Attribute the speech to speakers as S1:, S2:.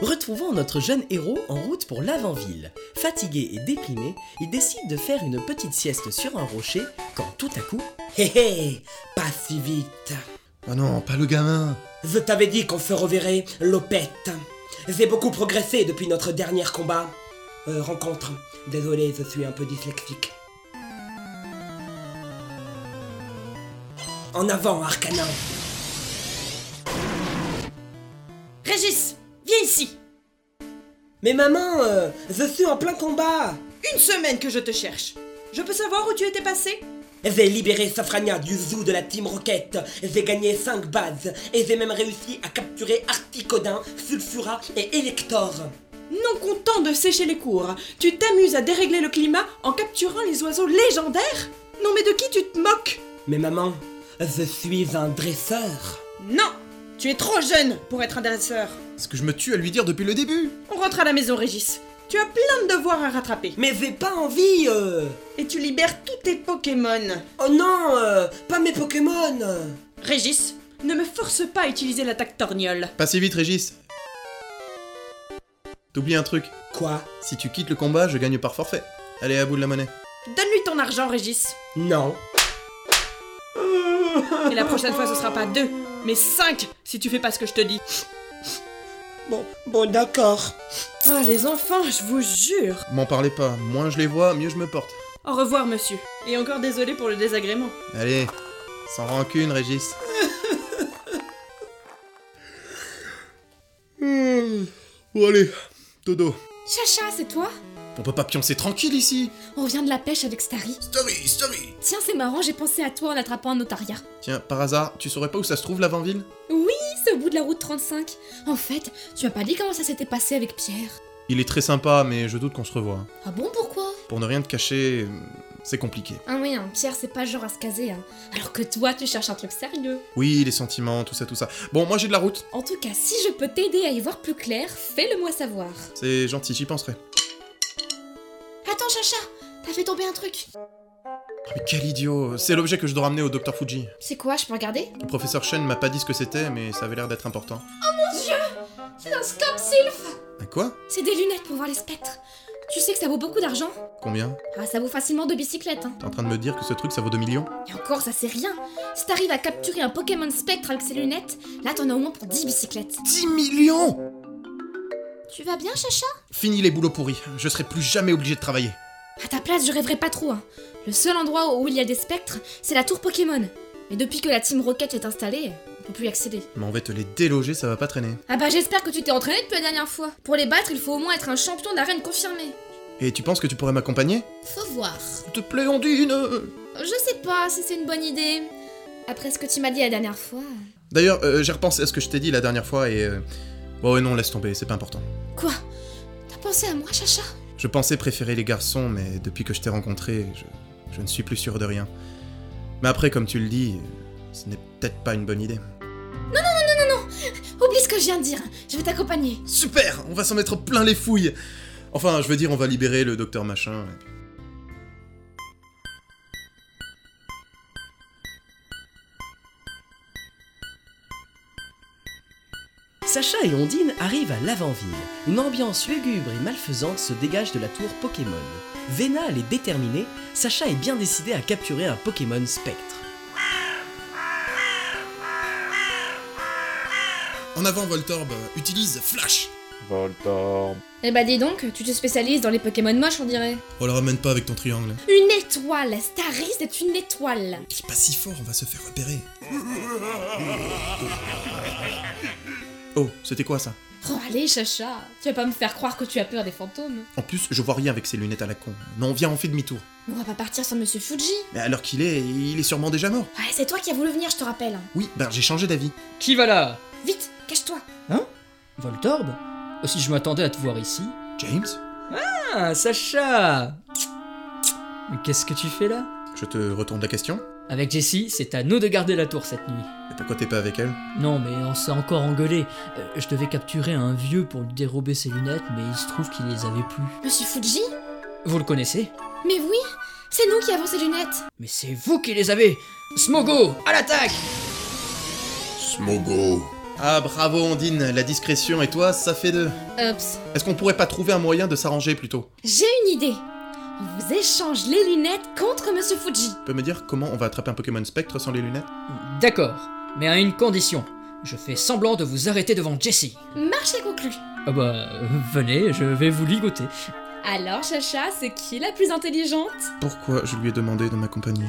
S1: Retrouvons notre jeune héros en route pour l'avant-ville. Fatigué et déprimé, il décide de faire une petite sieste sur un rocher quand tout à coup. Hé hé Pas si vite
S2: Ah non, pas le gamin
S3: Je t'avais dit qu'on se reverrait, Lopette. J'ai beaucoup progressé depuis notre dernier combat. Euh, rencontre. Désolé, je suis un peu dyslexique. En avant, Arcanin.
S4: Régis, viens ici.
S3: Mais maman, euh, je suis en plein combat.
S4: Une semaine que je te cherche. Je peux savoir où tu étais passé
S3: J'ai libéré Safrania du zoo de la Team Rocket. J'ai gagné 5 bases. Et j'ai même réussi à capturer Articodin, Sulfura et Elector.
S4: Non content de sécher les cours, tu t'amuses à dérégler le climat en capturant les oiseaux légendaires Non mais de qui tu te moques
S3: Mais maman, je suis un dresseur.
S4: Non Tu es trop jeune pour être un dresseur.
S2: Ce que je me tue à lui dire depuis le début
S4: On rentre à la maison, Régis. Tu as plein de devoirs à rattraper.
S3: Mais j'ai pas envie. euh.
S4: Et tu libères tous tes Pokémon.
S3: Oh non, euh, pas mes Pokémon.
S4: Régis, ne me force pas à utiliser l'attaque torgnole.
S2: Pas si vite, Régis T'oublies un truc,
S3: Quoi
S2: si tu quittes le combat, je gagne par forfait. Allez, à bout de la monnaie.
S4: Donne-lui ton argent, Régis.
S3: Non.
S4: Et la prochaine fois, ce sera pas deux, mais cinq si tu fais pas ce que je te dis.
S3: Bon, bon d'accord.
S4: Ah, les enfants, je vous jure
S2: M'en parlez pas, moins je les vois, mieux je me porte.
S4: Au revoir, monsieur. Et encore désolé pour le désagrément.
S2: Allez, sans rancune, Régis. Hum, bon allez, Dodo.
S5: Chacha, c'est toi
S2: On peut pas pioncer tranquille ici
S5: On revient de la pêche avec Starry.
S6: Story, story
S5: Tiens, c'est marrant, j'ai pensé à toi en attrapant un otaria.
S2: Tiens, par hasard, tu saurais pas où ça se trouve l'avant-ville
S5: Oui, c'est au bout de la route 35. En fait, tu m'as pas dit comment ça s'était passé avec Pierre.
S2: Il est très sympa, mais je doute qu'on se revoie.
S5: Ah bon, pourquoi
S2: Pour ne rien te cacher, euh, c'est compliqué.
S5: Ah oui, hein, Pierre, c'est pas le genre à se caser, hein. Alors que toi, tu cherches un truc sérieux.
S2: Oui, les sentiments, tout ça, tout ça. Bon, moi j'ai de la route.
S5: En tout cas, si je peux t'aider à y voir plus clair, fais-le moi savoir.
S2: C'est gentil, j'y penserai.
S5: Attends, Chacha, t'as fait tomber un truc.
S2: Ah, Mais quel idiot C'est l'objet que je dois ramener au docteur Fuji.
S5: C'est quoi, je peux regarder
S2: Le professeur Shen m'a pas dit ce que c'était, mais ça avait l'air d'être important.
S5: C'est un scope sylph
S2: Un quoi
S5: C'est des lunettes pour voir les spectres. Tu sais que ça vaut beaucoup d'argent
S2: Combien
S5: Ah, ça vaut facilement deux bicyclettes, hein.
S2: T'es en train de me dire que ce truc ça vaut 2 millions
S5: Et encore, ça c'est rien. Si t'arrives à capturer un Pokémon spectre avec ses lunettes, là t'en as au moins pour 10 bicyclettes.
S2: 10 millions
S5: Tu vas bien, Chacha
S2: Fini les boulots pourris, je serai plus jamais obligé de travailler.
S5: À ta place, je rêverais pas trop. hein. Le seul endroit où il y a des spectres, c'est la tour Pokémon. Mais depuis que la Team Rocket est installée, on peut plus y accéder.
S2: Mais on va te les déloger, ça va pas traîner.
S5: Ah bah j'espère que tu t'es entraîné depuis la dernière fois. Pour les battre, il faut au moins être un champion d'arène confirmé.
S2: Et tu penses que tu pourrais m'accompagner
S5: Faut voir.
S2: S'il te plaît, Ondine
S5: Je sais pas si c'est une bonne idée. Après ce que tu m'as dit la dernière fois.
S2: D'ailleurs, euh, j'ai repensé à ce que je t'ai dit la dernière fois et... euh, Bon, ouais, non, laisse tomber, c'est pas important.
S5: Quoi T'as pensé à moi, Chacha
S2: Je pensais préférer les garçons, mais depuis que je t'ai rencontré, je, je ne suis plus sûr de rien. Mais après, comme tu le dis, ce n'est peut-être pas une bonne idée.
S5: Oublie ce que je viens de dire. hein. Je vais t'accompagner.
S2: Super On va s'en mettre plein les fouilles Enfin, je veux dire, on va libérer le docteur machin.
S1: Sacha et Ondine arrivent à l'avant-ville. Une ambiance lugubre et malfaisante se dégage de la tour Pokémon. Vena est déterminée, Sacha est bien décidé à capturer un Pokémon Spectre.
S6: En avant, Voltorb, utilise Flash
S7: Voltorb.
S5: Eh bah dis donc, tu te spécialises dans les Pokémon moches, on dirait.
S2: Oh,
S6: On le ramène pas avec ton triangle.
S5: Une étoile Starry, c'est une étoile
S6: C'est pas si fort, on va se faire repérer.
S2: Oh, c'était quoi ça
S5: Oh allez, Chacha, tu vas pas me faire croire que tu as peur des fantômes.
S2: En plus, je vois rien avec ces lunettes à la con. Non, viens, on fait demi-tour.
S5: Mais on va pas partir sans Monsieur Fuji.
S2: Mais alors qu'il est, il est sûrement déjà mort.
S5: Ouais, c'est toi qui as voulu venir, je te rappelle.
S2: Oui, ben j'ai changé d'avis.
S8: Qui va là
S5: Vite, cache-toi.
S8: Voltorb Si je m'attendais à te voir ici.
S2: James
S8: Ah, Sacha Mais qu'est-ce que tu fais là
S2: Je te retourne la question.
S8: Avec Jessie, c'est à nous de garder la tour cette nuit.
S2: Et pourquoi t'es pas avec elle
S8: Non, mais on s'est encore engueulé. Euh, je devais capturer un vieux pour lui dérober ses lunettes, mais il se trouve qu'il les avait plus.
S5: Monsieur Fuji
S8: Vous le connaissez
S5: Mais oui, c'est nous qui avons ces lunettes.
S8: Mais c'est vous qui les avez Smogo, à l'attaque
S6: Smogo
S2: Ah bravo Ondine, la discrétion et toi, ça fait deux.
S5: Ops.
S2: Est-ce qu'on pourrait pas trouver un moyen de s'arranger plutôt
S5: J'ai une idée. On vous échange les lunettes contre Monsieur Fuji.
S2: Tu peux me dire comment on va attraper un Pokémon Spectre sans les lunettes
S8: D'accord, mais à une condition. Je fais semblant de vous arrêter devant Jessie.
S5: Marché conclu.
S8: Ah bah, euh, venez, je vais vous ligoter.
S5: Alors, Chacha, c'est qui la plus intelligente
S2: Pourquoi je lui ai demandé de m'accompagner